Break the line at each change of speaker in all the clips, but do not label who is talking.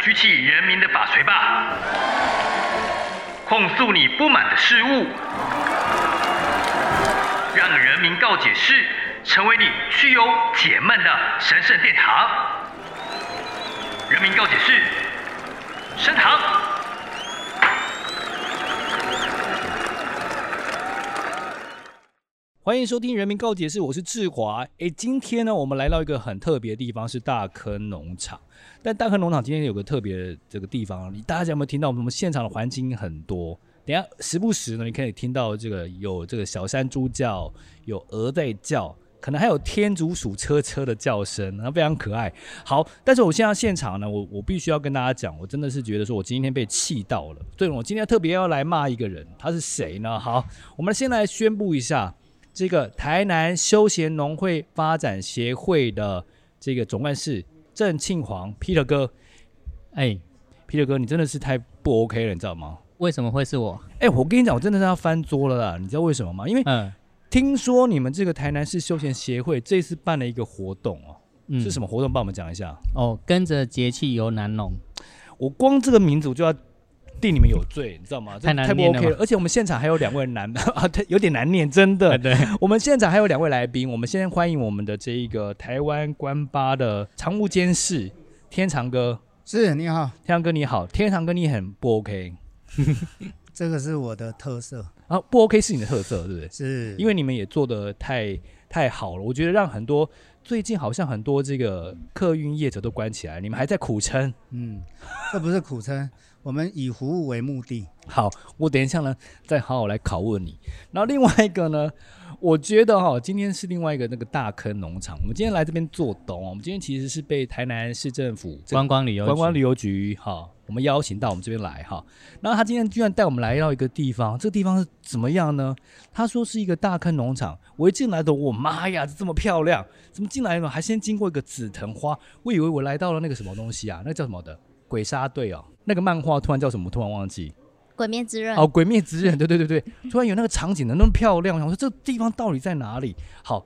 举起人民的法锤吧，控诉你不满的事物，让人民告解室成为你去忧解闷的神圣殿堂。人民告解室，升堂。
欢迎收听《人民告解室》，我是志华。诶，今天呢，我们来到一个很特别的地方，是大坑农场。但大坑农场今天有个特别的这个地方，你大家有没有听到？我们现场的环境很多，等一下时不时呢，你可以听到这个有这个小山猪叫，有鹅在叫，可能还有天竺鼠车车的叫声，那非常可爱。好，但是我现在现场呢，我我必须要跟大家讲，我真的是觉得说我今天被气到了。对，我今天特别要来骂一个人，他是谁呢？好，我们先来宣布一下。这个台南休闲农会发展协会的这个总干事郑庆煌 Peter 哥
哎、
，Peter 哥，你真的是太不 OK 了，你知道吗？
为什么会是 我？
哎，我跟你讲，我真的是要翻桌了啦！你知道为什么吗？因为
嗯
听说你们这个台南市休闲协会这次办了一个活动哦，
嗯，
是什
么？
么活动？帮我们讲一下。
哦，跟着节气游南农。
我光这个名字我就要定你们有罪，你知道吗？这
太难
太不
念了
OK 了。
吗
而且我们现场还有两位男 啊，对有点难念，真的。
啊对，
我们现场还有两位来宾，我们先欢迎我们的这一个台湾关八的常务监事天长哥。
是你好，
天长哥你好，天长哥你很不 OK
这个是我的特色，
啊，不 OK 是你的特色，对不对？
是
因为你们也做的太太好了，我觉得让很多最近好像很多这个客运业者都关起来，你们还在苦撑。
嗯，这不是苦撑，我们以服务为目的，
好，我等一下呢，再好好来拷问你。然后另外一个呢，我觉得哈、今天是另外一个那个大坑农场。我们今天来这边做东哦，我们今天其实是被台南市政府这个
观光旅游，
观光旅
游，
游局哈，我们邀请到我们这边来哈。然后他今天居然带我们来到一个地方，这个地方是怎么样呢？他说是一个大坑农场。我一进来的，我妈呀，这么漂亮！怎么进来呢？还先经过一个紫藤花，我以为我来到了那个什么东西啊，那叫什么的鬼杀队哦，那个漫画突然叫什么？突然忘记。
《鬼灭之刃》
哦，《鬼灭之刃》对对对对，突然有那个场景的那么漂亮，我想说这地方到底在哪里？好，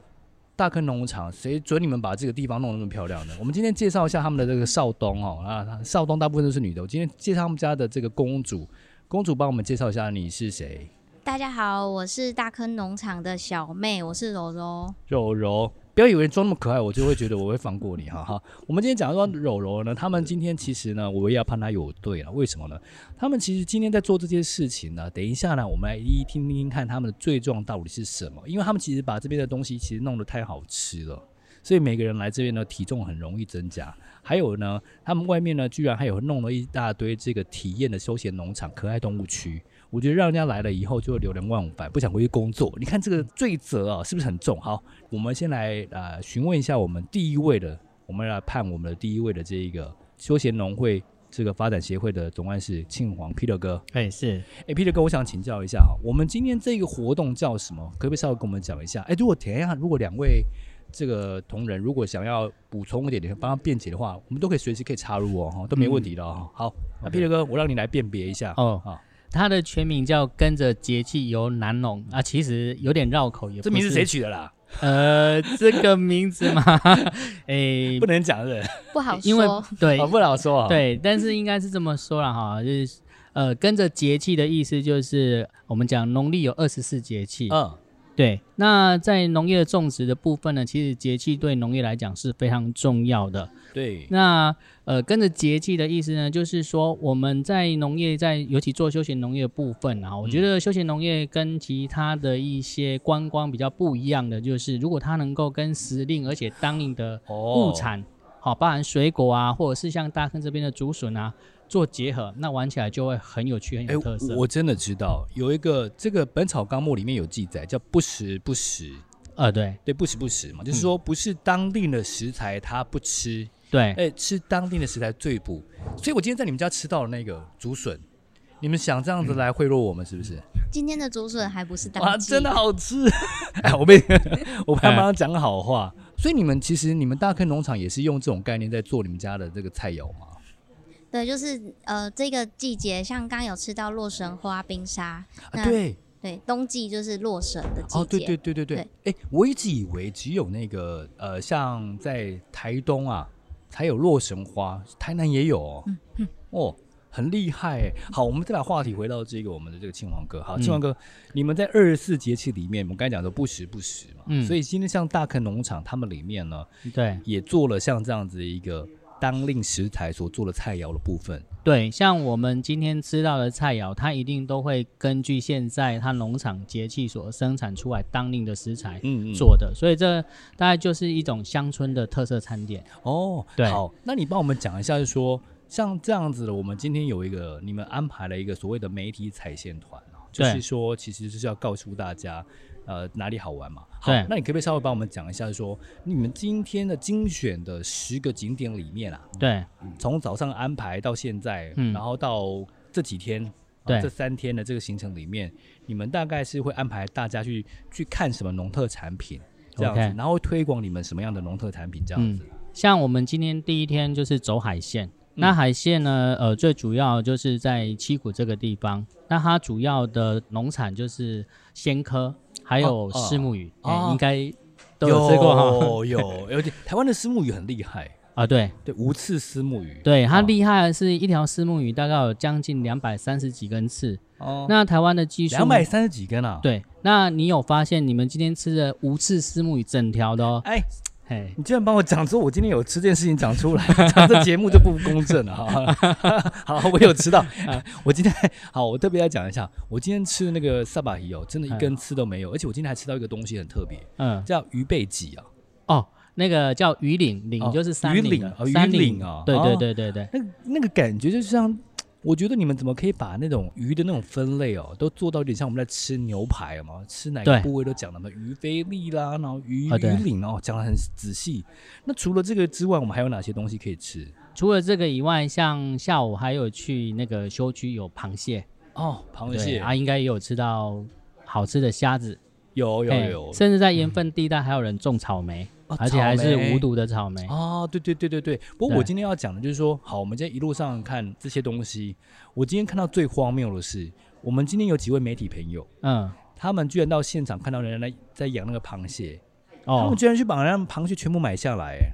大坑农场，谁准你们把这个地方弄得那么漂亮呢？我们今天介绍一下他们的这个少东哦，啊，少东大部分都是女的。我今天介绍他们家的这个公主，公主帮我们介绍一下你是谁？
大家好，我是大坑农场的小妹，我是柔柔。
柔柔。不要以为装那么可爱，我就会觉得我会放过你，哈哈。我们今天讲到柔柔呢，他们今天其实呢，我也要判他有罪了。为什么呢？他们其实今天在做这件事情呢，等一下呢，我们来一一听听看他们的罪状到底是什么，因为他们其实把这边的东西其实弄得太好吃了。所以每个人来这边呢，体重很容易增加。还有呢，他们外面呢，居然还有弄了一大堆这个体验的休闲农场、可爱动物区。我觉得让人家来了以后就会流连忘返，不想回去工作。你看这个罪责啊，是不是很重？好，我们先来呃询问一下我们第一位的，我们来判我们的第一位的这一个休闲农会这个发展协会的总干事庆黄 Peter 哥。
哎、是
哎，Peter 哥，我想请教一下哈，我们今天这个活动叫什么？可不可以稍微跟我们讲一下？哎，如果等一下，如果两位这个同仁如果想要补充一点点，帮他辩解的话，我们都可以随时可以插入哦，哈，都没问题的哦。好，那
嗯 OK
Peter 哥，我让你来辨别一下。啊
哦
好，
它的全名叫跟着节气游南农啊，其实有点绕口，也
这
不
名字
是
谁？取的啦？
呃，这个名字嘛， 哎、
不能讲的，
不好
因为
说，
对、
哦，不好说啊。，
对，但是应该是这么说了哈，就是呃，跟着节气的意思就是我们讲农历有二十四节气，
嗯，
对，那在农业种植的部分呢，其实节气对农业来讲是非常重要的。
对，
那呃，跟着节气的意思呢，就是说我们在农业在尤其做休闲农业的部分
嗯
啊，我觉得休闲农业跟其他的一些观光比较不一样的，就是如果它能够跟时令而且当令的
哦
物产，好、包含水果啊，或者是像大坑这边的竹笋啊做结合，那玩起来就会很有趣，很
哎
有特色。，
我真的知道有一个这个《本草纲目》里面有记载，叫不时不食，
呃，对
对，不时不食嘛，
嗯
就是说不是当地的食材他不吃，
对，
哎、吃当地的食材最补。所以我今天在你们家吃到了那个竹笋，你们想这样子
嗯
来贿赂我们是不是？
今天的竹笋还不是
哇，
当季，
真的好吃！ 哎，我 被我被他
哎
妈讲好话。所以你们其实你们大坑农场也是用这种概念在做你们家的这个菜肴吗？
对，就是呃，这个季节像刚有吃到洛神花冰沙，
啊，
那
对，
对冬季就是洛神的季节，
哦，对对对对对。哎、我一直以为只有那个呃，像在台东啊，还有洛神花，台南也有哦，
嗯
哦，很厉害哎。好，我们再把话题回到这个我们的这个庆王哥，好，
嗯
庆王哥，你们在二十四节气里面，我们刚才讲的不时不食嘛，
嗯
所以今天像大坑农场他们里面呢，
对
也做了像这样子的一个当令食材所做的菜肴的部分，
对，像我们今天吃到的菜肴，它一定都会根据现在它农场节气所生产出来当令的食材
嗯嗯，
做的，所以这大概就是一种乡村的特色餐点。
哦，
对
好，那你帮我们讲一下，就是说像这样子的，我们今天有一个你们安排了一个所谓的媒体踩线团哦就是
对
说其实就是要告诉大家。呃，哪里好玩嘛？好
对，
那你可不可以稍微帮我们讲一下说你们今天的精选的十个景点里面啊，
对
从早上安排到现在，
嗯
然后到这几天，啊
对
这三天的这个行程里面，你们大概是会安排大家去去看什么农特产品这样子
OK
然后推广你们什么样的农特产品这样
嗯
子？，
像我们今天第一天就是走海线。
嗯
那海线呢？呃，最主要就是在七股这个地方。那它主要的农产就是鲜科，还有
哦哦
虱目鱼，哎
哦
应该都有吃过哈。
有有，而且台湾的丝木鱼很厉害，
啊，对
对，无刺丝木鱼，
对，它
哦
厉害的是一条虱目鱼大概有将近两百三十几根刺。
哦，
那台湾的技术
两百三十几根啊，，
对，那你有发现你们今天吃的无刺虱目鱼整条 的哦？
哎，
嘿，
你竟然帮我讲出我今天有吃这件事情讲出来， 讲这节目就不公正了哈。 好，我有吃 到，
啊
我今天好，我特别来讲一下，我今天吃的那个萨巴鱼哦，真
哎
的一根刺都没有，而且我今天还吃到一个东西很特别，
嗯，
叫鱼背脊啊，
哦，那个叫鱼鳞，
哦
鳞就是山
鱼
岭
鳞
的
哦鱼
山
鳞哦
对对
哦
对对对，
那那个感觉就像。我觉得你们怎么可以把那种鱼的那种分类哦，都做到有点像我们在吃牛排嘛，吃哪个
对
部位都讲什么鱼菲力啦，然后鱼、
啊对
鱼鳞哦，讲的很仔细。那除了这个之外，我们还有哪些东西可以吃？
除了这个以外，像下午还有去那个休区有螃蟹，
哦，螃
对
蟹，
啊，应该也有吃到好吃的虾子，
有有
嘿
有，嗯
甚至在盐分地带还有人种草莓，
哦
而且还
草
是
莓
无毒的草莓。
啊，对对对对对。不过我
对
今天要讲的就是说，好，我们今天一路上看这些东西，我今天看到最荒谬的是，我们今天有几位媒体朋友，
嗯，
他们居然到现场看到人家在在养那个螃蟹，他
哦
们，居然去把人家螃蟹全部买下来，哎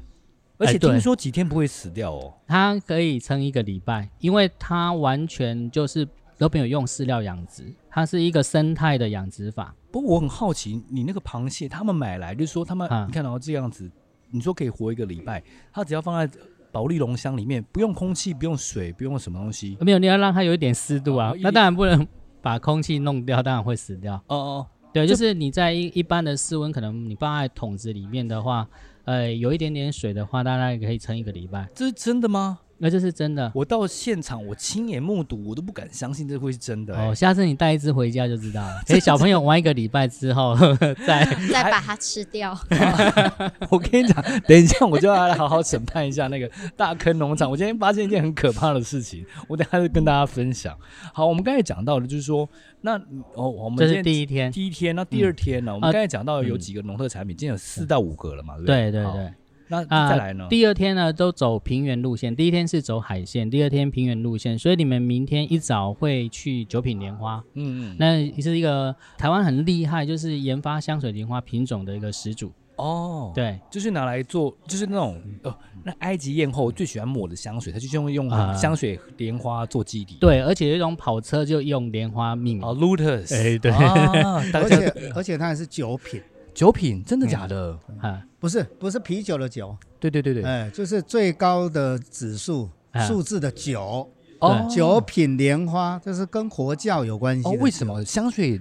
而
哎
且
对
听说几天不会死掉哦。
它可以撑一个礼拜，因为它完全就是都没有用饲料养殖，它是一个生态的养殖法。
不过我很好奇，你那个螃蟹，他们买来就是说他们，
啊
你看哦这样子，你说可以活一个礼拜，它只要放在保利龙箱里面，不用空气，不用水，不用什么东西。
没有，你要让它有一点湿度啊
哦。
那当然不能把空气弄掉，当然会死掉。
哦哦，
对，
就
就是你在一一般的室温，可能你放在桶子里面的话，呃，有一点点水的话，大概可以撑一个礼拜。
这是真的吗？
那这是真的。
我到现场，我亲眼目睹，我都不敢相信这会是真的、欸。
哦，下次你带一只回家就知道了。所以小朋友玩一个礼拜之后 再
再把它吃掉。
我跟你讲，等一下我就要来好好审判一下那个大坑农场。我今天发现一件很可怕的事情，我等一下就跟大家分享。好，我们刚才讲到的，就是说，那哦， 我们
这
今天
是第一天。
第一天，那第二天呢？我们
啊
刚才讲到有
嗯
几个农特产品，今天有四到五个了嘛，对不
对对
好
对。
那
啊
再来呢？
第二天呢，都走平原路线。第一天是走海线，第二天平原路线。所以你们明天一早会去九品莲花，
嗯嗯，
那是一个台湾很厉害，就是研发香水莲花品种的一个始祖。
哦，，
对，
就是拿来做，就是那种哦，那埃及艳后最喜欢抹的香水，它就是用用
啊
香水莲花做基底。
对，而且有一种跑车就用莲花命名。
哦，Lutus，
哎对
啊，
而
大家
且而且它还是酒品，
酒品真的假的？
啊，
不是不是啤酒的酒，
对对对对，
哎，就是最高的指数
啊
数字的九，
哦，
九品莲花，这是跟佛教有关系
哦，
的。
为什？么香水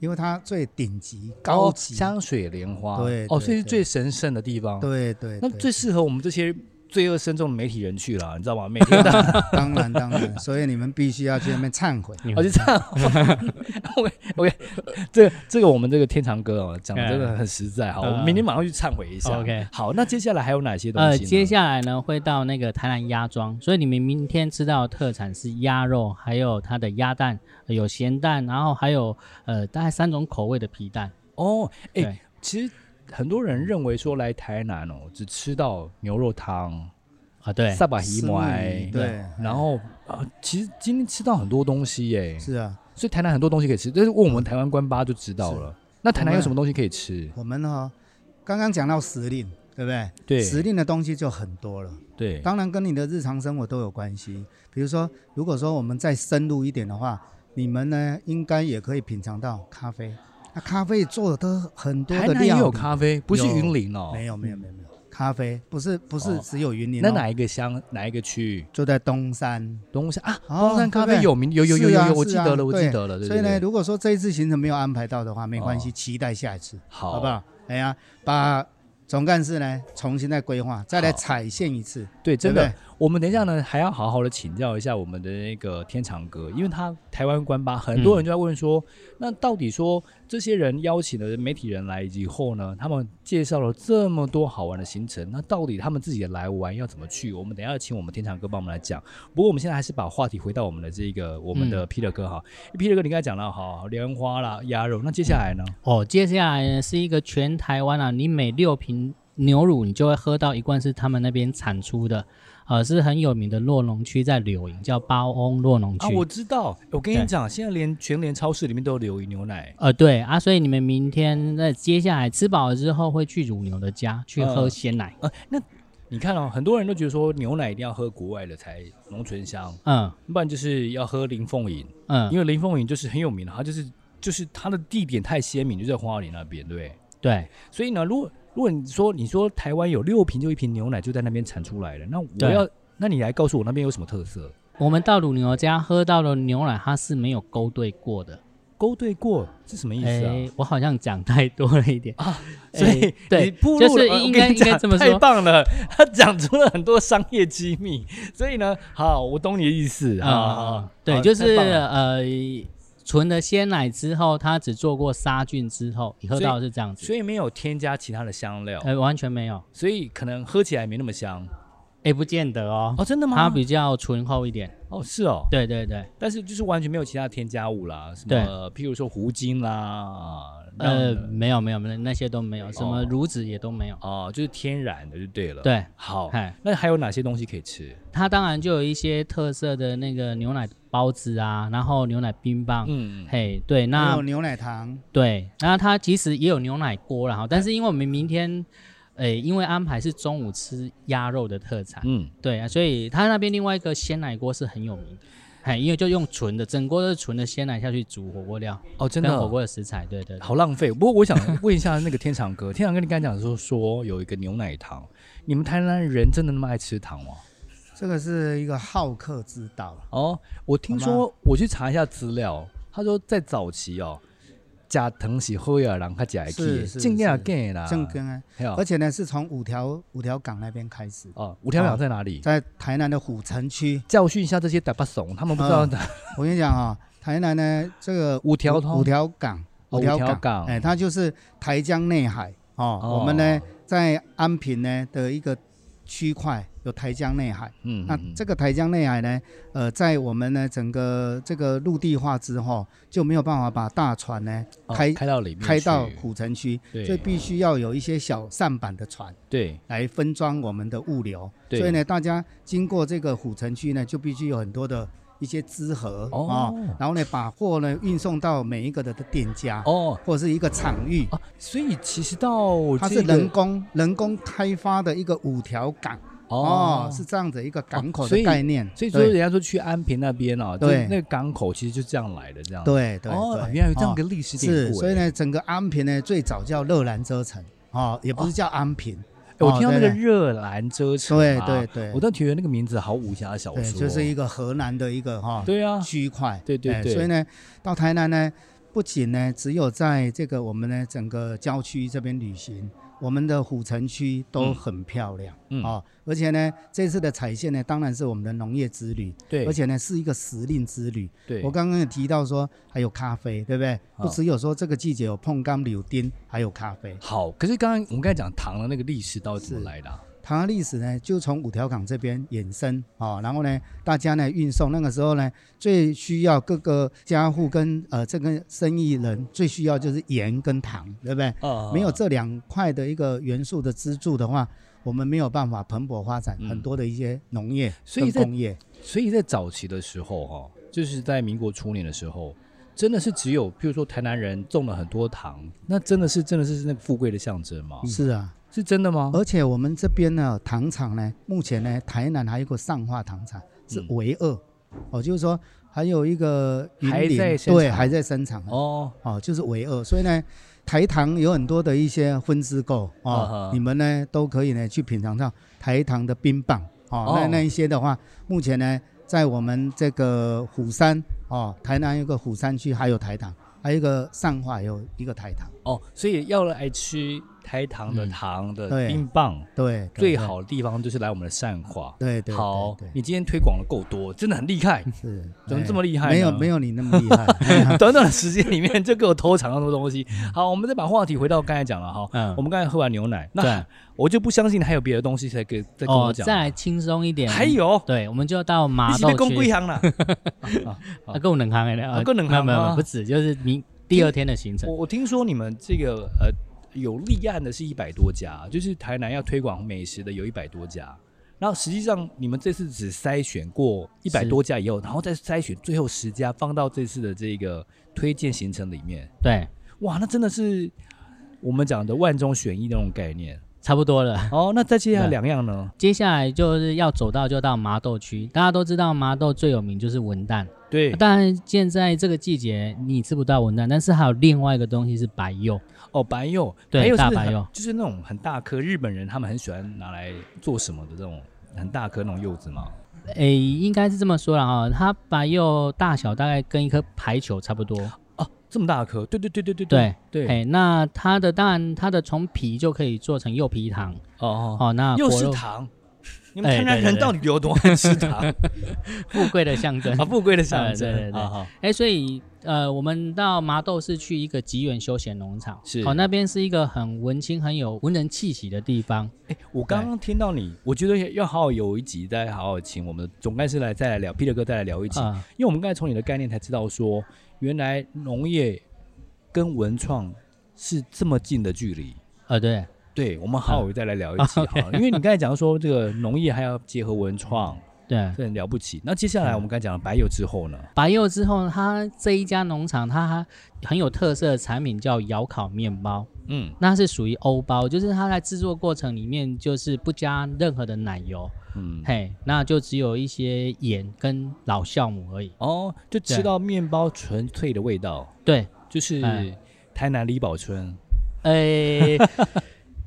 因为它最顶级高
哦
级。
香水莲花？
对
哦，
对
所以是
对
最神圣的地方。，
对对，
那
对
最适合我们这些罪恶深重的媒体人去了，你知道吗？每 天大
当然当然，所以你们必须要去那边忏悔。
哦我就这样。OK OK，这个这个我们这个天长哥哦，讲的真的很实在哈，
嗯
我们明天马上去忏悔一下。
哦
OK
好，那接下来还有哪些东西
呃，
呢？
接下来呢会到那个台南鸭庄，所以你们明天吃到的特产是鸭肉，还有它的鸭蛋，有咸蛋，然后还有呃大概三种口味的皮蛋。
哦，哎、
对
其实很多人认为说来台南哦，只吃到牛肉汤、
啊，对，
萨巴希
丝
摩
木
埃
鱼，对，
然后啊，其实今天吃到很多东西耶，
是啊，
所以台南很多东西可以吃，但是问我们台湾官八就知道了。那台南有什么东西可以吃？
我们哈、刚刚讲到时令，对不对不对？
对
时令的东西就很多了，
对，
当然跟你的日常生活都有关系。比如说，如果说我们再深入一点的话，你们呢应该也可以品尝到咖啡。那咖啡做的都很多
台
的
南也
料
有
理
咖啡，不是
有
云林哦。
没有没有没有没有，咖啡不是不是
哦
只有云林、哦，
那哪一个乡哪一个区域？
就在东山，
东山啊，
哦
东山咖
对
啡
不对
有名，有有有
是
有
啊
有，我
是
记
啊
得了，我记
对
得了。对
所以
对
呢，
对
如果说这一次行程没有安排到的话，没关系，
哦
期待下一次，
好
好不好？哎呀，把总干事呢重新再规划，再来
好
踩线一次，
对，真
对
的
不，
我们等一下呢还要好好的请教一下我们的那个天长哥，因为他台湾关吧，很多人就在问说，那到底说这些人邀请的媒体人来以后呢，他们介绍了这么多好玩的行程，那到底他们自己来玩要怎么去？我们等一下请我们天长哥帮我们来讲。不过我们现在还是把话题回到我们的这个我
嗯
们的 Peter 哥哈、p e t e r 哥你刚才讲了哈，莲花啦、鸭肉，那接下来呢？
嗯
哦，接下来呢是一个全台湾啊，你每六瓶牛乳你就会喝到一罐是他们那边产出的，呃，是很有名的洛农区，在柳营叫包翁洛农区。
啊，我知道，我跟你
对
讲，现在连全联超市里面都有柳营牛奶。
呃，对啊，所以你们明天在接下来吃饱了之后，会去乳牛的家去喝
嗯
鲜奶。
呃，那你看哦，很多人都觉得说牛奶一定要喝国外的才浓醇香，
嗯
不然就是要喝林凤营，
嗯，
因为林凤营就是很有名的，它就是就是它的地点太鲜明，就在花莲那边，对不对？
对，
所以呢，如果如果你说你说台湾有六瓶就一瓶牛奶就在那边产出来了，那我
对
要那你来告诉我那边有什么特色？
我们到乳牛家喝到的牛奶，它是没有勾兑过的。
勾兑过是什么意思啊？啊
诶我好像讲太多了一点。
所以
诶哎 对
你暴露
就是
了
应该
我跟你讲
应该这么说
太棒了，他讲出了很多商业机密。所以呢，好，我懂你的意思啊。
啊，对，
好
就
太
是
棒了
呃，纯的鲜奶之后，它只做过杀菌之后，你喝
所以
到的是这样子，
所以没有添加其他的香料，
呃，完全没有，
所以可能喝起来没那么香
哎，不见得哦，
哦，真的吗？
它比较醇厚一点，
哦是哦，
对对对，
但是就是完全没有其他添加物啦，什
对
么譬如说胡精啦，
呃，
让
没有没有没有那些都没有，什么
哦
乳脂也都没有，
哦就是天然的就对了。，
对，
好，
哎，
那还有哪些东西可以吃？
它当然就有一些特色的那个牛奶包子啊，然后牛奶冰棒。
嗯，
嘿，对，
还
那
有牛奶糖，
对，那它其实也有牛奶锅啦，哈，但是因为我们明天，诶、因为安排是中午吃鸭肉的特产，
嗯，
对啊，所以它那边另外一个鲜奶锅是很有名的，哎，因为就用纯的，整锅都是纯的鲜奶下去煮火锅料，
哦，真
跟
的
火锅的食材，对对对，
好浪费。不过我想问一下那个天长哥， 天长哥，你刚才讲说说有一个牛奶糖，你们台南人真的那么爱吃糖吗？
这个是一个好客之道啊了。
哦，我听
好吗
说，我去查一下资料，他说在早期哦，假藤喜喝呀，人他假
是
去，
是
正
是
根给啦，
正根啊，
还有
而且呢是从五条五条港那边开始，
哦，五条
哦
港在哪里？
在台南的虎城区。
教训一下这些打巴怂，他们不知道
嗯我跟你讲啊、台南呢这个
五条通
五条港，
哦
条
五条港
哎，它就是台江内海哦。
哦
我们呢在安平呢的一个区块有台江内海，
嗯，
那
嗯
这个台江内海呢，呃，在我们呢整个这个陆地化之后，就没有办法把大船呢
哦
开
开到里面去，
开到虎城区，
对
所以必须要有一些小舢板的船。
对
来分装我们的物流，
对
所以呢，大家经过这个虎城区呢，就必须有很多的一些支河啊、
哦
然后呢，把货呢运送到每一个的店家、
哦
或者是一个场域，
啊，所以其实到
它
这
是
个
人工人工开发的一个五条港哦是这样的一个港口
哦所以
的概念，
所以说人
对
家说去安平那边哦，就
对
那个港口其实就这样来的，这样
对对
哦，
对
原来有这样
哦
个历史典
是，
故，
所以
哎
呢，整个安平呢最早叫热兰遮城哦，也不是叫安平，
欸我
哦
听到那个
对
热兰遮城
对
啊，
对对
我倒觉得那个名字好武侠小
对，
说，
就是一个河南的一个哈、
哦对啊，
区块，
对对
哎
对
所以呢，到台南呢，不仅呢只有在这个我们呢整个郊区这边旅行，我们的虎城区都很漂亮、
嗯
哦，而且呢，这次的彩线呢，当然是我们的农业之旅，
对，
而且呢是一个时令之旅。
对，哦
我刚刚也提到说，还有咖啡，对不对？
好
不只有说这个季节有碰柑、柳丁，还有咖啡。
好，可是刚刚我们刚才讲糖的那个历史到底怎么来的啊？
台湾历史呢，就从五条港这边衍生啊、哦，然后呢，大家呢运送那个时候呢，最需要各个家户跟呃这个生意人最需要就是盐跟糖，对不对？
啊
没有这两块的一个元素的支柱的话，我们没有办法蓬勃发展
嗯
很多的一些农业
所以在
跟工业。
所以在早期的时候，哈，就是在民国初年的时候，真的是只有，譬如说台南人种了很多糖，那真的是真的是那个富贵的象征吗？
是啊，
是真的吗？
而且我们这边呢，糖厂呢，目前呢，台南还有一个上化糖厂是
嗯
唯二，哦，就是说还有一个云
还
林
在生
对
产
还在生产哦
哦，
哦，就是唯二，所以呢，台糖有很多的一些分支购
啊
哦
哈，
你们呢都可以呢去品尝到台糖的冰棒哦，那
哦
那一些的话，目前呢在我们这个虎山哦，台南有个虎山区还有台糖，还有一个上化有一个台糖，
哦，所以要来吃台糖的
嗯
糖的
对
冰棒，
对，对
最，好的地方就是来我们的善化。
对对，对
好
对，
你今天推广的够多，真的很厉 害。
是
怎么
哎
这么厉害
没有
呢
没有你那么厉害，
短短的时间里面就给我偷藏那么多东西。好，我们再把话题回到刚才讲了哈。
嗯
我们刚才喝完牛奶，那
对
我就不相信还有别的东西才给再跟我
哦，
讲。啊
再来轻松一点，
还有，
对，我们就到麻
你是
豆
被公
去
龟，行 了。啊啊
啊，够冷行的，
啊够两
没有
行
没有没
啊
有，不止，就是你第二天的行程
我，我听说你们这个呃有立案的是一百多家，就是台南要推广美食的有一百多家。然后实际上你们这次只筛选过一百
是
多家以后，然后再筛选最后十家放到这次的这个推荐行程里面。
对，
哇，那真的是我们讲的万中选一那种概念。
差不多了。
哦，那再接下来
对
两样呢？
接下来就是要走到就到麻豆区，大家都知道麻豆最有名就是文旦，
对，
当然现在这个季节你吃不到文旦，但是还有另外一个东西是白柚，
哦，白柚，
对
白柚是
大
不是
白
很
柚
就是那种很大颗，日本人他们很喜欢拿来做什么的这种很大颗那种柚子嘛。
诶，应该是这么说啦啊、它白柚大小大概跟一颗排球差不多，
哦、这么大颗，对对对对对
对，
对，
哎，那它的当然它的从皮就可以做成柚皮糖，
哦哦，
哦，那
又
果
是
肉
糖，你们
哎
看看
对对
人
对
到底有多爱吃 糖啊，。
富贵的象征
富贵的象
哎
征，
对对对
啊哈
哎，所以呃，我们到麻豆市去一个吉远休闲农场，
是
哦，那边是一个很文青、很有文人气息的地方。
哎，我刚刚听到你，我觉得要好好有一集，再好好请我们的总干事来再来聊，Peter 哥再来聊一集，
啊、
因为我们刚才从你的概念才知道说，原来农业跟文创是这么近的距离。
呃，对，
对，我们好好再来聊一集 好了，因为你刚才讲说这个农业还要结合文创，
对，
这很了不起。那接下来我们刚才讲了白柚之后呢？
白柚之后，它这一家农场它很有特色的产品叫窑烤面包，
嗯
那是属于欧包，就是它在制作过程里面就是不加任何的奶油，
嗯，
嘿，那就只有一些盐跟老酵母而已。
哦，就吃
对
到面包纯粹的味道，
对，
就是
哎
台南李宝春
诶，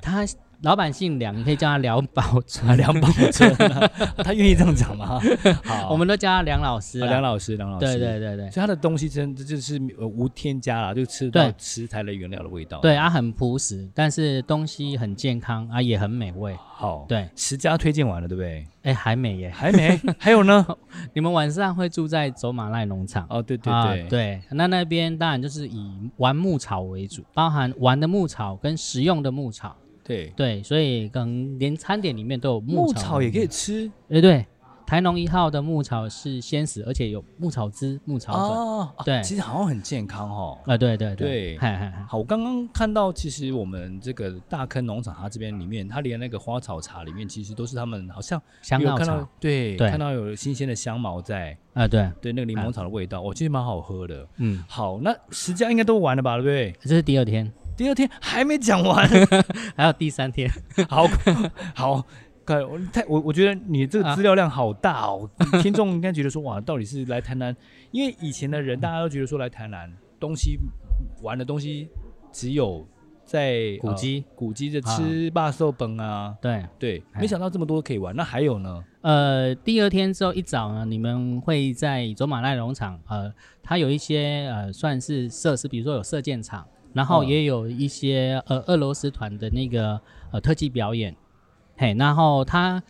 他老板姓梁，你可以叫他梁宝
啊，
川，
梁宝 春啊，他愿意这样讲吗？好，
我们都叫他梁老师
啊
啦。
梁老师，梁老师，
对对对对
所以它的东西真的就是呃无添加啦，就吃到
对
食材的原料的味道。
对，啊，很朴实，但是东西很健康啊，也很美味。
好，
对，
十家推荐完了，对不对？
哎，还美耶！
还没， 还有呢？
你们晚上会住在走马濑农场？
哦，对对
啊
对，
对，那那边当然就是以玩牧草为主，包含玩的牧草跟食用的牧草。
对，
对，所以可能连餐点里面都有牧
牧
草。
草也可以。吃
哎，对，台农一号的牧草是鲜食，而且有牧草汁、牧草粉。
哦，啊
对
其实好像很健康哦。
啊，对对
对
嗨嗨嗨，
好，我刚刚看到，其实我们这个大坑农场，它这边里面，它连那个花草茶里面，其实都是他们好像
香
有
料
看
茶
到，对，嗯
对
看到有新鲜的香茅在，
啊，对，
对，那个柠檬草的味道，我觉得蛮好喝的。
嗯，
好，那十家应该都完了吧，对不对？
这是第二天，
第二天还没讲完，
还有第三天，
好好，快我太我我觉得你这
啊
个资料量好大哦，听众应该觉得说哇，到底是来台南？因为以前的人大家都觉得说来台南东西玩的东西只有在
古
呃
迹
古迹的吃霸寿本啊，
对，
对，
哎
没想到这么多可以玩。那还有呢？
呃，第二天之后一早呢，你们会在走马濑农场，呃，它有一些呃算是设施，比如说有射箭场，然后
哦
也有一些呃俄罗斯团的那个呃特技表演，嘿，然后它，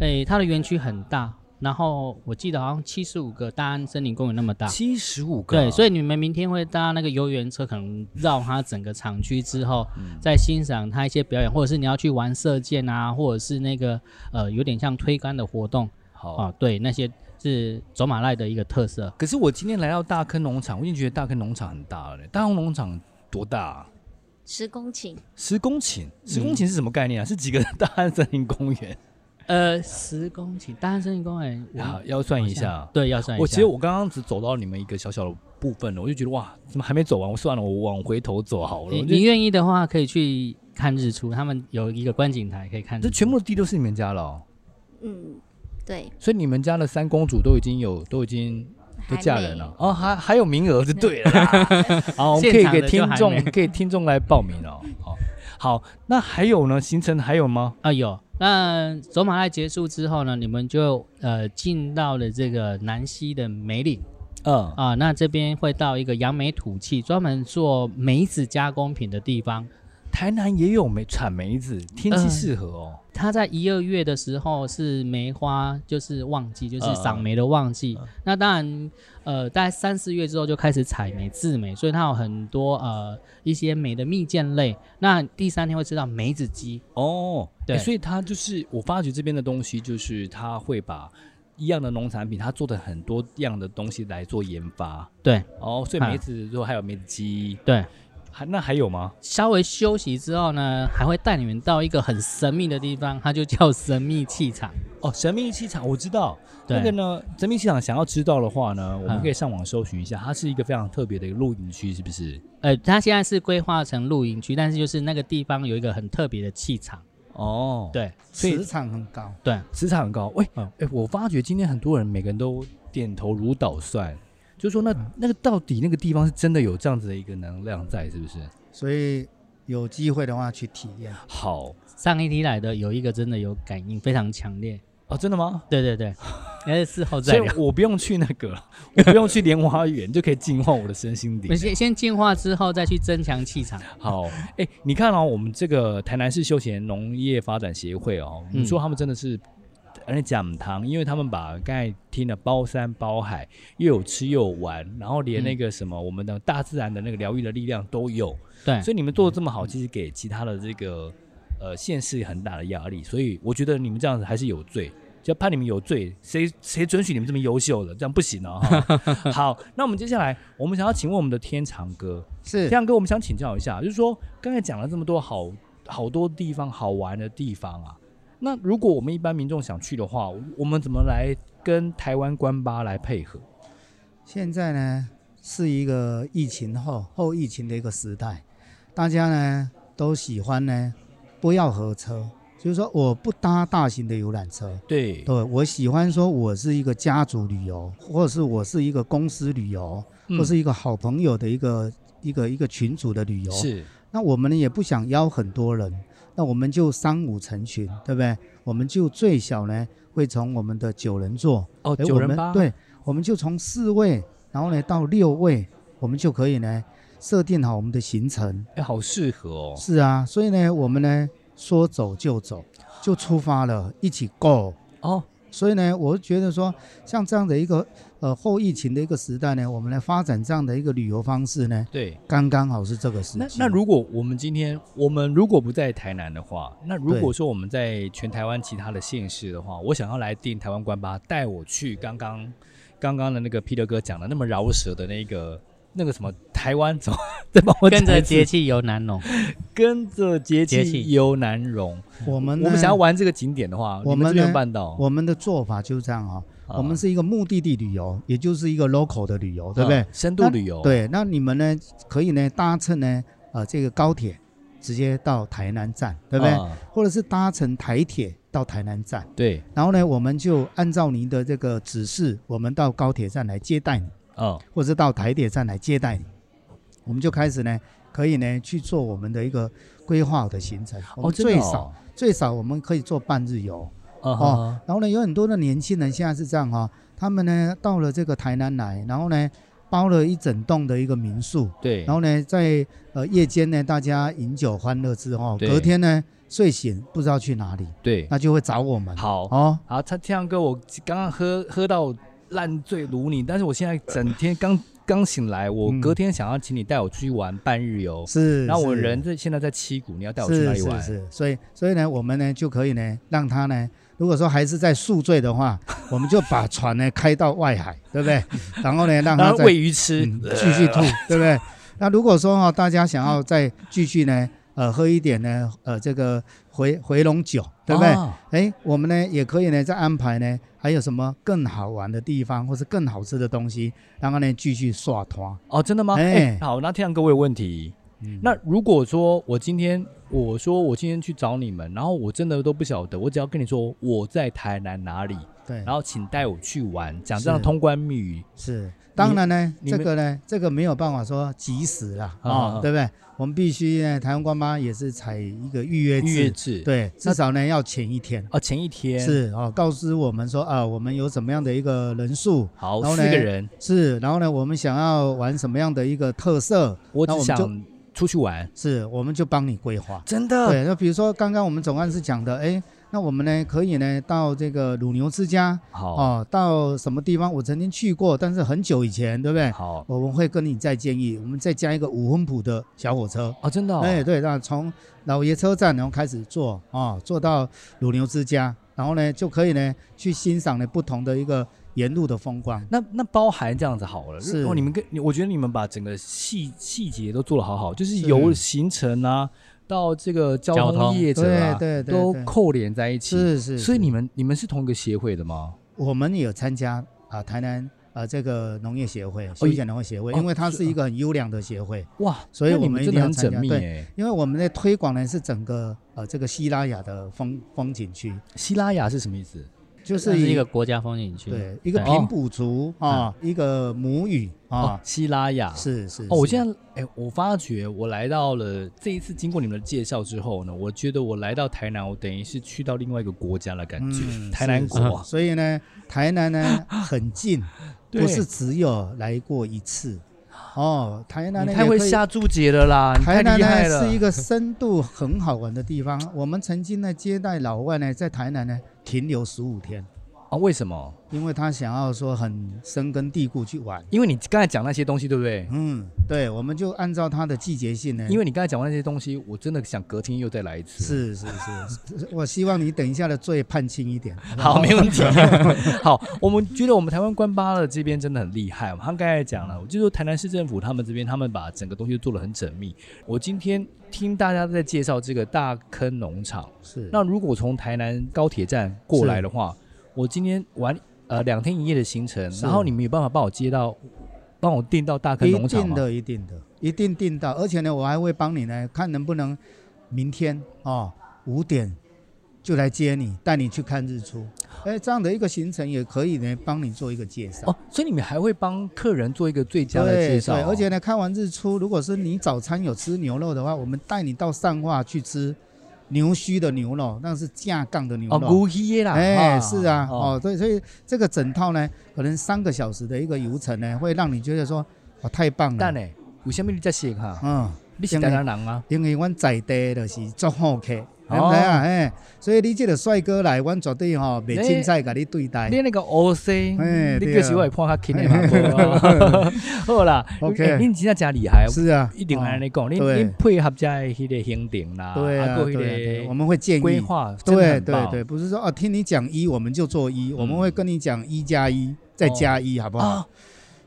诶，它的园区很大，然后我记得好像七十五个大安森林公园那么大，
七十五个啊，
对，所
以
以你们明天会搭那个游园车，可能绕它整个厂区之后，
嗯
再欣赏它一些表演，或者是你要去玩射箭啊，或者是那个呃有点像推杆的活动
好。
啊，对，那些是走马濑的一个特色。
可是我今天来到大坑农场，我已经觉得大坑农场很大了嘞。大坑农场多大啊、
十公顷，
十公顷，十
嗯
公顷是什么概念啊？是几个 大安森林公园？
呃，十公顷，大安森林公园，我
好，啊要算一下。
对，要算一下。
我其实我刚刚只走到你们一个小小的部分了，我就觉得哇，怎么还没走完？我算了，我往回头走好了。
你
我就
你愿意的话，可以去看日出，他们有一个观景台可以看日出。
这全部的地都是你们家了哦、
嗯，对，
所以你们家的三公主都已经有都已经都
还
嫁
没
人了哦，还还有名额就对 了啦。好，我们可以
现场
给
的就
听
还
众
没
给听众来报名哦。好，好，那还有呢？行程还有吗？
啊，有。那走马濑结束之后呢，你们就呃进到了这个南溪的梅岭
嗯，
啊，那这边会到一个扬眉吐气，专门做梅子加工品的地方。
台南也有梅产梅子，天气
嗯
适合哦。
它在一二月的时候是梅花，就是旺季，就
嗯
是
嗯嗯
赏梅的旺季。那当然，呃，大概三四月之后就开始采梅、制梅，所以它有很多呃一些梅的蜜饯类。那第三天会吃到梅子鸡，
哦，
对
诶所以它就是我发觉这边的东西，就是它会把一样的农产品，它做的很多样的东西来做研发。
对
哦，所以
啊
梅子之后还有梅子鸡，
对。
还那还有吗？
稍微休息之后呢，还会带你们到一个很神秘的地方，它就叫神秘气场。
哦，神秘气场我知道，
对
那个呢，神秘气场想要知道的话呢，我们
嗯
可以上网搜寻一下，它是一个非常特别的一个露营区，是不是？
呃，它现在是规划成露营区，但是就是那个地方有一个很特别的气场。
哦，，
对
所以
磁场很高。
磁场很高。喂、哎
嗯、
我发觉今天很多人每个人都点头如捣蒜，就说那、那个到底那个地方是真的有这样子的一个能量在，是不是？
所以有机会的话去体验。
好
上一梯来的有一个真的有感应非常强烈。
哦，真的吗？
对对对，但是事后
所
再
以
聊。
我不用去那个 了，我不用去莲花园就可以净化我的身心
我
灵
们。先先进化之后再去增强气场。
好，哎、你看哦，我们这个台南市休闲农业发展协会哦，我们
嗯
说他们真的是。而且讲堂，因为他们把刚才听的包山包海，又有吃又有玩，然后连那个什么我们的大自然的那个疗愈的力量都有，
对，
所以你们做的这么好，其实给其他的这个呃县市很大的压力，所以我觉得你们这样子还是有罪，就判你们有罪，谁谁准许你们这么优秀的，这样不行哦。 哈好，那我们接下来我们想要请问我们的天长哥，
是
天长哥，我们想请教一下，就是说刚才讲了这么多好好多地方好玩的地方啊，那如果我们一般民众想去的话，我们怎么来跟台湾关巴来配合？
现在呢是一个疫情后后疫情的一个时代，大家呢都喜欢呢不要合车，就是说我不搭大型的游览车，
对，
对我喜欢说我是一个家族旅游，或者是我是一个公司旅游，
嗯
或是一个好朋友的一个一个一个群组的旅游，
是
那我们呢也不想邀很多人，那我们就三五成群，对不对？我们就最小呢会从我们的九人座，
哦，
诶
九
我
人
们
吧，，
对，我们就从四位，然后呢到六位，我们就可以呢设定好我们的行程。
哎，好适合哦。
是啊，所以呢我们呢说走就走，就出发了，一起 go。
哦，
所以呢，我觉得说，像这样的一个呃后疫情的一个时代呢，我们来发展这样的一个旅游方式呢，
对，
刚刚好是这个时期
那。那如果我们今天我们如果不在台南的话，那如果说我们在全台湾其他的县市的话，我想要来订台湾关吧，带我去刚刚刚刚的那个 Peter 哥讲的那么饶舌的那个那个什么台湾怎么 再帮我
跟
讲
着
一次
节气游南农。
跟着节
节
气
气
由难容。
我们
我们
呢
想要玩这个景点的话，
我
你们
们
这边
呢
办到？
我们的做法就是这样哈、
啊
我们是一个目的地旅游，也就是一个 local 的旅游，对不对？
啊深度
那
旅游，，
对，那你们呢可以呢搭乘呢呃这个高铁直接到台南站，对不对？
啊？
或者是搭乘台铁到台南站，
对，
然后呢我们就按照您的这个指示，我们到高铁站来接待你，
嗯，
或者是到台铁站来接待你，我们就开始呢可以呢去做我们的一个规划的行程。我
哦，
们
真的
最少、
哦
最少我们可以做半日游。
啊哈
哦，然后呢，有很多的年轻人现在是这样哈、他们呢到了这个台南来，然后呢包了一整栋的一个民宿，
对，
然后呢在呃夜间呢大家饮酒欢乐之后，
对
隔天呢睡醒不知道去哪里，
对，
那就会找我们。
好，
哦，
好，他天阳哥，我刚刚喝喝到烂醉如泥，但是我现在整天刚刚醒来，我
嗯
隔天想要请你带我出去玩半日游，
是。
然后我
是
人在现在在七股，你要带我去哪
是
里玩
是？是，所以所以呢，我们呢就可以呢让他呢。如果说还是在宿醉 的话，我们就把船呢开到外海，对不对？然后呢，让
然
他
后
在
喂鱼吃，
嗯，继续 吐，对不对？那如果说哈、大家想要再继续呢，呃，喝一点呢，呃，这个回回笼酒，对不对？
啊
哎、我们呢也可以呢再安排呢，还有什么更好玩的地方，或是更好吃的东西，然后呢继续耍团。
哦，真的吗？哎、
哎
好，那天阳哥，我有问题。
嗯
那如果说我今天我说我今天去找你们，然后我真的都不晓得，我只要跟你说我在台南哪里，
对
然，后请带我去玩，讲这样
哎是
通关密语，
是。当然呢，
你
这
们
个呢，这个没有办法说及时啦，
啊啊
啊，对不对？我们必须呢，台湾官妈也是采一个预约
预约
制，
制，，
对，至少呢要前一天。
哦，前一天
是哦，告知我们说啊，我们有什么样的一个人数
好
然后
四
呢
个人，
是，然后呢，我们想要玩什么样的一个特色，
我只
那我们就
想出去玩，
是，我们就帮你规划。
真的，
对，那比如说刚刚我们总干事讲的，哎，那我们呢可以呢到这个乳牛之家
好
哦，到什么地方？我曾经去过，但是很久以前，对不对？
好
我们会跟你再建议，我们再加一个五分埔的小火车。
哦，真的哦，
哎，对，那从老爷车站然后开始坐哦，坐到乳牛之家，然后呢就可以呢去欣赏呢不同的一个沿路的风光。
那那包含这样子好了，
是
哦，你们跟你我觉得你们把整个细细节都做得好好，就是
是
由行程啊到这个交
交
通
通
业者啊，
对对对
都
对
扣连在一起。
是是，
所以
是
你们你们是同一个协会的吗？
我们也有参加啊、台南啊这个农业协会、
也
休闲农业协会，
哦
因为它
是
是一个很优良的协会，
哇，
所以
那
我
你
们一
真
定
的
要
很
参
缜
加。
密
对，
哎。
因为我们在推广呢是整个呃这个西拉雅的风风景区，
希拉雅是什么意思？
就
这
是
是一
以
个国家风景区。
对一个
哦嗯
平埔族啊、一个母语
哦
啊，，
希拉雅
是是
哦，我
嗯是
现在哎，我发觉我来到了这一次经过你们的介绍之后呢，我觉得我来到台南，我等于是去到另外一个国家的感觉，
嗯
台南
是
国
是
啊，
所以呢，台南呢很近，
对啊
不是只有来过一次哦。台南
你
呢
太
也
会
可以
下注解了啦，你太
台南
厉害了。
呢是一个深度很好玩的地方。我们曾经呢接待老外呢在台南呢停留十五天，
啊？为什么？
因为他想要说很深根蒂固去玩。
因为你刚才讲那些东西，对不对？
嗯，对，我们就按照它的季节性呢。
因
为
为你刚才讲完那些东西，我真的想隔天又再来一次。
是是是，我希望你等一下的罪判轻 一点。不
好，没问题。好，我们觉得我们台湾关巴勒这边真的很厉害。我们刚才讲了，我就说台南市政府他们这边，他们把整个东西做得很缜密。我今天听大家在介绍这个大坑农场，
是
那如果从台南高铁站过来的话，我今天玩呃两天一夜的行程，
是
然后你们有办法帮我接到，帮我订到大坑
一
农场
定
吗？
的，一定的，一定订到。而且呢，我还会帮你呢，看能不能明天哦五点就来接你，带你去看日出。哎，这样的一个行程也可以呢，帮你做一个介绍。
哦，所以你们还会帮客人做一个最佳的介
对
绍、
对，而且呢，看完日出，如果是你早餐有吃牛肉的话，我们带你到上化去吃牛须的牛肉，那是架杠的牛
哦，
肉。
古稀啦，哈
哎，是啊，哦，，对，所以这个整套呢，可能三个小时的一个游程呢，会让你觉得说，哇，太棒
但
了。
呢，为欸什么你在写哈？
嗯，
你是台南人啊？
因为阮在地就是做好客，
哦
对不对啊？哎，所以你这个帅哥来，阮绝对吼袂凊彩甲你对待。
你那个 O C，
哎
你
对啊
就是我会判较轻的嘛，无啊好啦
OK
哎恁真正真厉害，
是啊，
一定安尼讲，恁
对
恁配合遮迄个行程啦，
对啊，
还有
对啊对
迄
啊，
个
我们会建
规
议。
划，真的
对
很
对
棒嗯
对，不是说哦，听你讲一我们就做一，我们会跟你讲一加一再加一，好不好？
啊，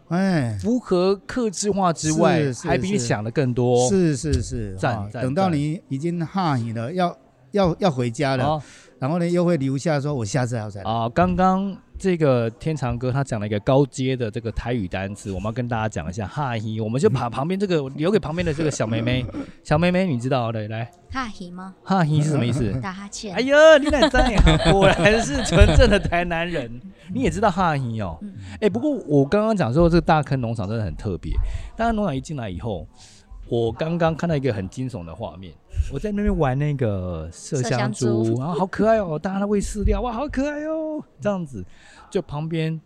哎，
符合客制化之外
是，是
还比你
是
想的更多，
是是是，
赞
啊
赞
等到
赞
你已经哈你了，要要要回家了，
哦
然后呢又会留下说，我下次还要再来。
啊，刚刚这个天长哥他讲了一个高阶的这个台语单词，我们要跟大家讲一下哈伊，我们就把旁边这个留给旁边的这个小妹妹，小妹妹你知道的，来
哈希吗？
哈伊是什么意思？
打哈欠。
哎呀，你奶在呀！果然是纯正的台南 人。嗯你也知道哈伊哦，
嗯
哎、不过我刚刚讲说这个大坑农场真的很特别。大坑农场一进来以后，我刚刚看到一个很惊悚的画面，我在那边玩那个麝
麝
香
香
猪，
猪
然后好可爱哦，大家在喂饲料，哇，好可爱哦，这样子。就旁边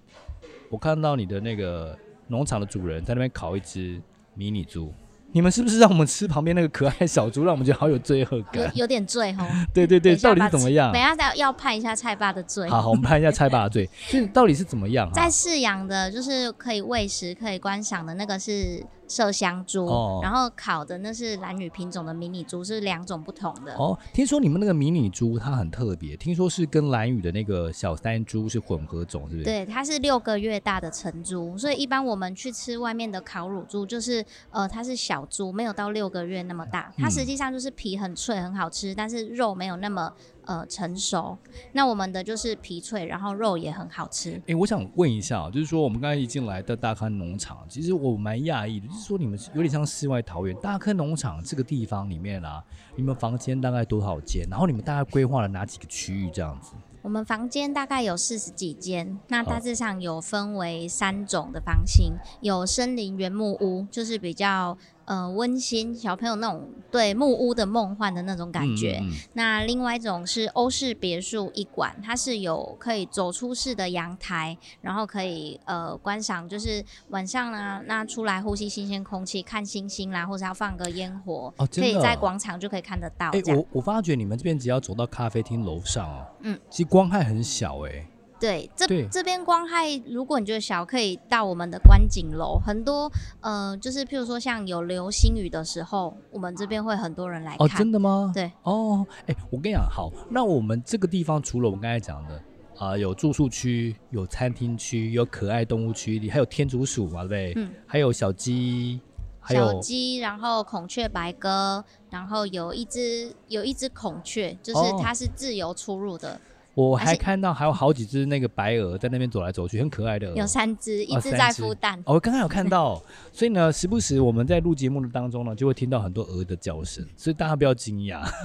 我看到你的那个农场的主人在那边烤一只迷你猪。你们是不是让我们吃旁边那个可爱的小猪，让我们觉得好有罪恶
有
感？
有点醉吼，
对 对对，
等一下
到底
把
是怎么
吃
样？
等一下再要判一下蔡爸的罪。
好好，我们看一下猜吧， 对，这到底是怎么样、啊？
在饲养的，就是可以喂食、可以观赏的那个是麝香猪，
哦
然后烤的那是蓝羽品种的迷你猪，是两种不同的。
哦，听说你们那个迷你猪它很特别，听说是跟蓝宇的那个小三猪是混合种，是不是？，
对，它是六个月大的成猪，所以一般我们去吃外面的烤乳猪，就是呃，它是小猪，没有到六个月那么大。它
嗯
实际上就是皮很脆，很好吃，但是肉没有那么呃成熟。那我们的就是皮脆，然后肉也很好吃。
哎，我想问一下啊，就是说我们刚才一进来到大坑农场，其实我蛮讶异的，就是说你们有点像世外桃源。大坑农场这个地方里面啊，你们房间大概多少间？然后你们大概规划了哪几个区域这样子？
我们房间大概有四十几间，那大致上有分为三种的房型，有森林原木屋，就是比较呃温馨，小朋友那种对木屋的梦幻的那种感觉。
嗯嗯嗯
那另外一种是欧式别墅一馆，它是有可以走出式的阳台，然后可以呃观赏，就是晚上呢，那出来呼吸新鲜空气，看星星啦，或者要放个烟火，
哦真
可
的
以在
哦
广场就可以看得到。
哎、
这样
我我发觉你们这边只要走到咖啡厅楼上哦，
嗯，
其实光害很小哎、
对，这
对
这边光害，如果你觉得小，可以到我们的观景楼，很多呃，就是譬如说像有流星雨的时候，我们这边会很多人来
哦，
看。
真的吗？
对，
哦，哎、我跟你讲，好，那我们这个地方除了我们刚才讲的啊、有住宿区、有餐厅区、有可爱动物区，还有天竺鼠嘛，对不对？
嗯，
还有小鸡，还
小
有
鸡，然后孔雀白鸽，然后有一只有一只孔雀，就是
哦
它是自由出入的，
我
而
还
且
看到还有好几只那个白鹅在那边走来走去，很可爱的鹅。
有三只，一
哦
只
三
在
只
孵蛋。
哦，我刚刚有看到，所以呢，时不时我们在录节目的当中呢，就会听到很多鹅的叫声，所以大家不要惊讶。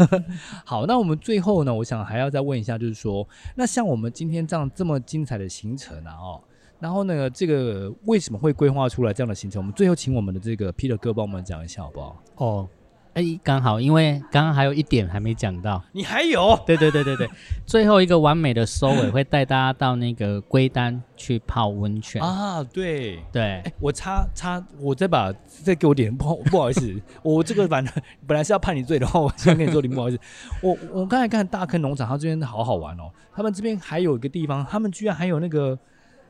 好，那我们最后呢，我想还要再问一下，就是说，那像我们今天这样这么精彩的行程啊，哦，然后呢，这个为什么会规划出来这样的行程？我们最后请我们的这个 Peter 哥帮我们讲一下好不好？
哦，哎，刚好，因为刚刚还有一点还没讲到，
你还有
对对对对对， 最后一个完美的收尾会带大家到那个龟丹去泡温泉。
啊？对。
对，
哎，我插插，我再把再给我点不好不好意思，我这个反正本来是要判你罪的话，我想跟你说你不好意思。我我刚才看大坑农场，它这边好好玩哦，他们这边还有一个地方，他们居然还有那个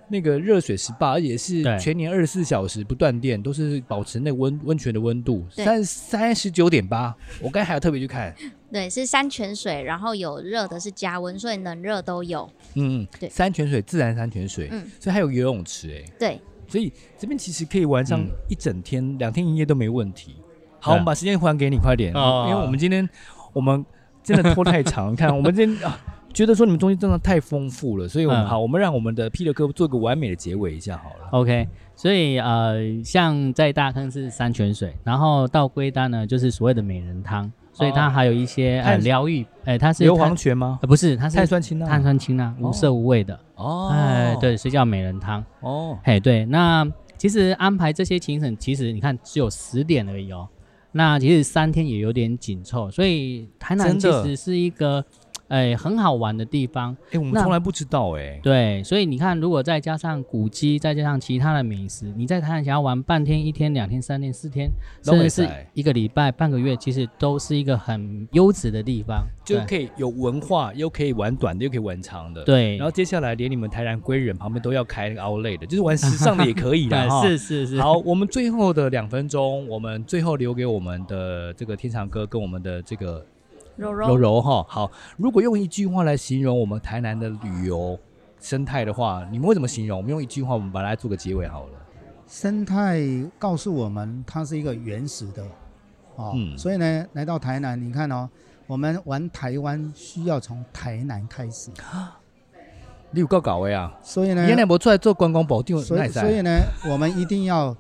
那个热水 SPA，而且是
对
全年二十四小时不断电，都是保持那个温温泉的温度
对
三三十九点八。我刚才还有特别去看，
对，是山泉水，然后有热的是加温，所以冷热都有。
嗯，
对
山泉水自然山泉水，
嗯
所以还有游泳池哎、
对，
所以这边其实可以玩上
嗯
一整天、两天一夜都没问题。好，
对啊
我们把时间还给你，快点，
哦
因为我们今天我们真的拖太 长，看我们今天、啊、觉得说你们东西真的太丰富了，所以我们、
嗯
好，我们让我们的 Peter 哥做个完美的结尾一下好了。
OK，所以呃，像在大坑是山泉水，然后到龟丹呢就是所谓的美人汤，所以它还有一些、呃
哦碳
疗愈，哎、它是
硫
碳
磺泉吗？
呃不是，它是
碳酸氢钠？
碳酸氢钠，无色无味的，
哦，
哎、对，所以叫美人汤。
哦，
嘿，对，那其实安排这些行程，其实你看只有十点而已哦。那其实三天也有点紧凑，所以台南
真
其
的
实是一个，哎、很好玩的地方。
哎、我们
那
从来不知道哎、
对，所以你看，如果再加上古迹，再加上其他的美食，你在台南想要玩半天、一天、两天、三天、四天，
都
甚
会
至
塞
是一个礼拜、半个月，其实都是一个很优质的地方。
就
对
可以有文化，又可以玩短的，又可以玩长的。。
对，
然后接下来连你们台南归人旁边都要开那个 Outlet 的，就是玩时尚的也可以 的哈。
哎对是是是，
好，我们最后的两分钟，我们最后留给我们的这个天长哥跟我们的这个
柔
柔
柔
柔哈。好，如果用一句话来形容我们台南的旅游生态的话，你们会怎么形容？我们用一句话，我们把它来做个结尾好了。
生态告诉我们，它是一个原始的，哦，
嗯
所以呢，来到台南，你看哦，我们玩台湾需要从台南开始，
你有够搞的啊！
所以呢，
原来我出来做观光保定，
所
那
以
也是啊
所以呢，我们一定要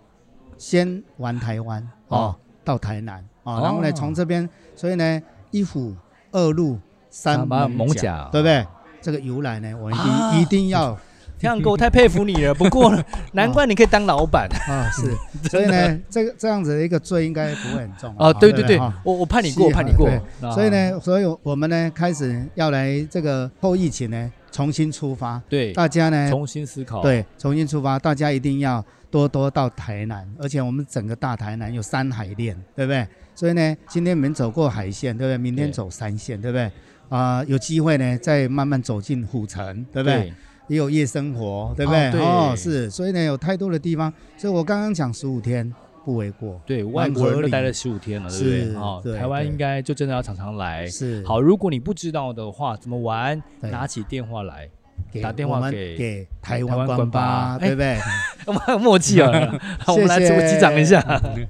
先玩台湾
哦
哦，到台南
哦
哦，然后呢，从这边，所以呢，一府二路三
把
猛
猛
甲，
甲，
对不对？这个由来呢，我一定、
啊
一 定要
天长哥，我太佩服你了。不 过呢，难怪你可以当老板
啊、是，所以呢，这个这样子的一个罪应该不会很重
哦。对
对
对对
哈，
我我判你过，我
是
判你过
对。
啊
所以，呢，所以我们呢开始要来这个后疫情呢重新出发，
对，
大家呢
重新思考。
对重新出发，大家一定要多多到台南，而且我们整个大台南有山海链，对不对？所以呢，今天我们走过海线，对不对？明天
对
走山线，对不对？啊、有机会呢再慢慢走进虎城，对不对？
对，
也有夜生活，对不
哦
对？
对
是，所以呢有太多的地方，所以我刚刚讲十五天不为过，
对，外国人都
合理
待了十五天了，对不对？
是
哦，
对
台湾
对
应该就真的要常常来。
是
好，如果你不知道的话，怎么玩，
对
拿起电话来
给
打电话
我们
给
给台
台湾
湾
官
官
吧哎
吧，对不对？
我们很有默 契啊，好，我们来
谢谢
鼓击掌一下。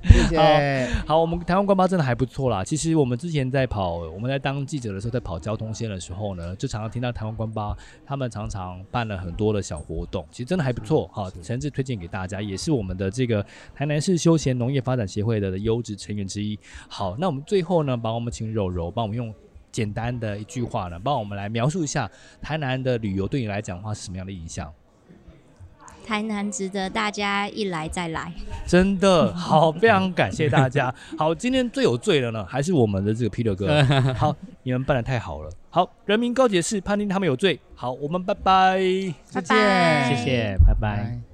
谢谢
好。好，我们台湾官巴真的还不错啦。其实我们之前在跑，我们在当记者的时候，在跑交通线的时候呢，就常常听到台湾官巴他们常常办了很多的小活动，其实真的还不错。哈，诚挚推荐给大家，也是我们的这个台南市休闲农业发展协会的优质成员之一。好，那我们最后呢，帮我们请柔柔帮我们用。简单的一句话呢，帮我们来描述一下台南的旅游对你来讲的话是什么样的印象？
台南值得大家一来再来。
真的好，非常感谢大家。好，今天最有罪的呢，还是我们的这个 Peter 哥。好，你们办的太好了。好，人民高解释判定他们有罪。好，我们拜拜。
再
拜拜，
见
谢谢，拜拜。
拜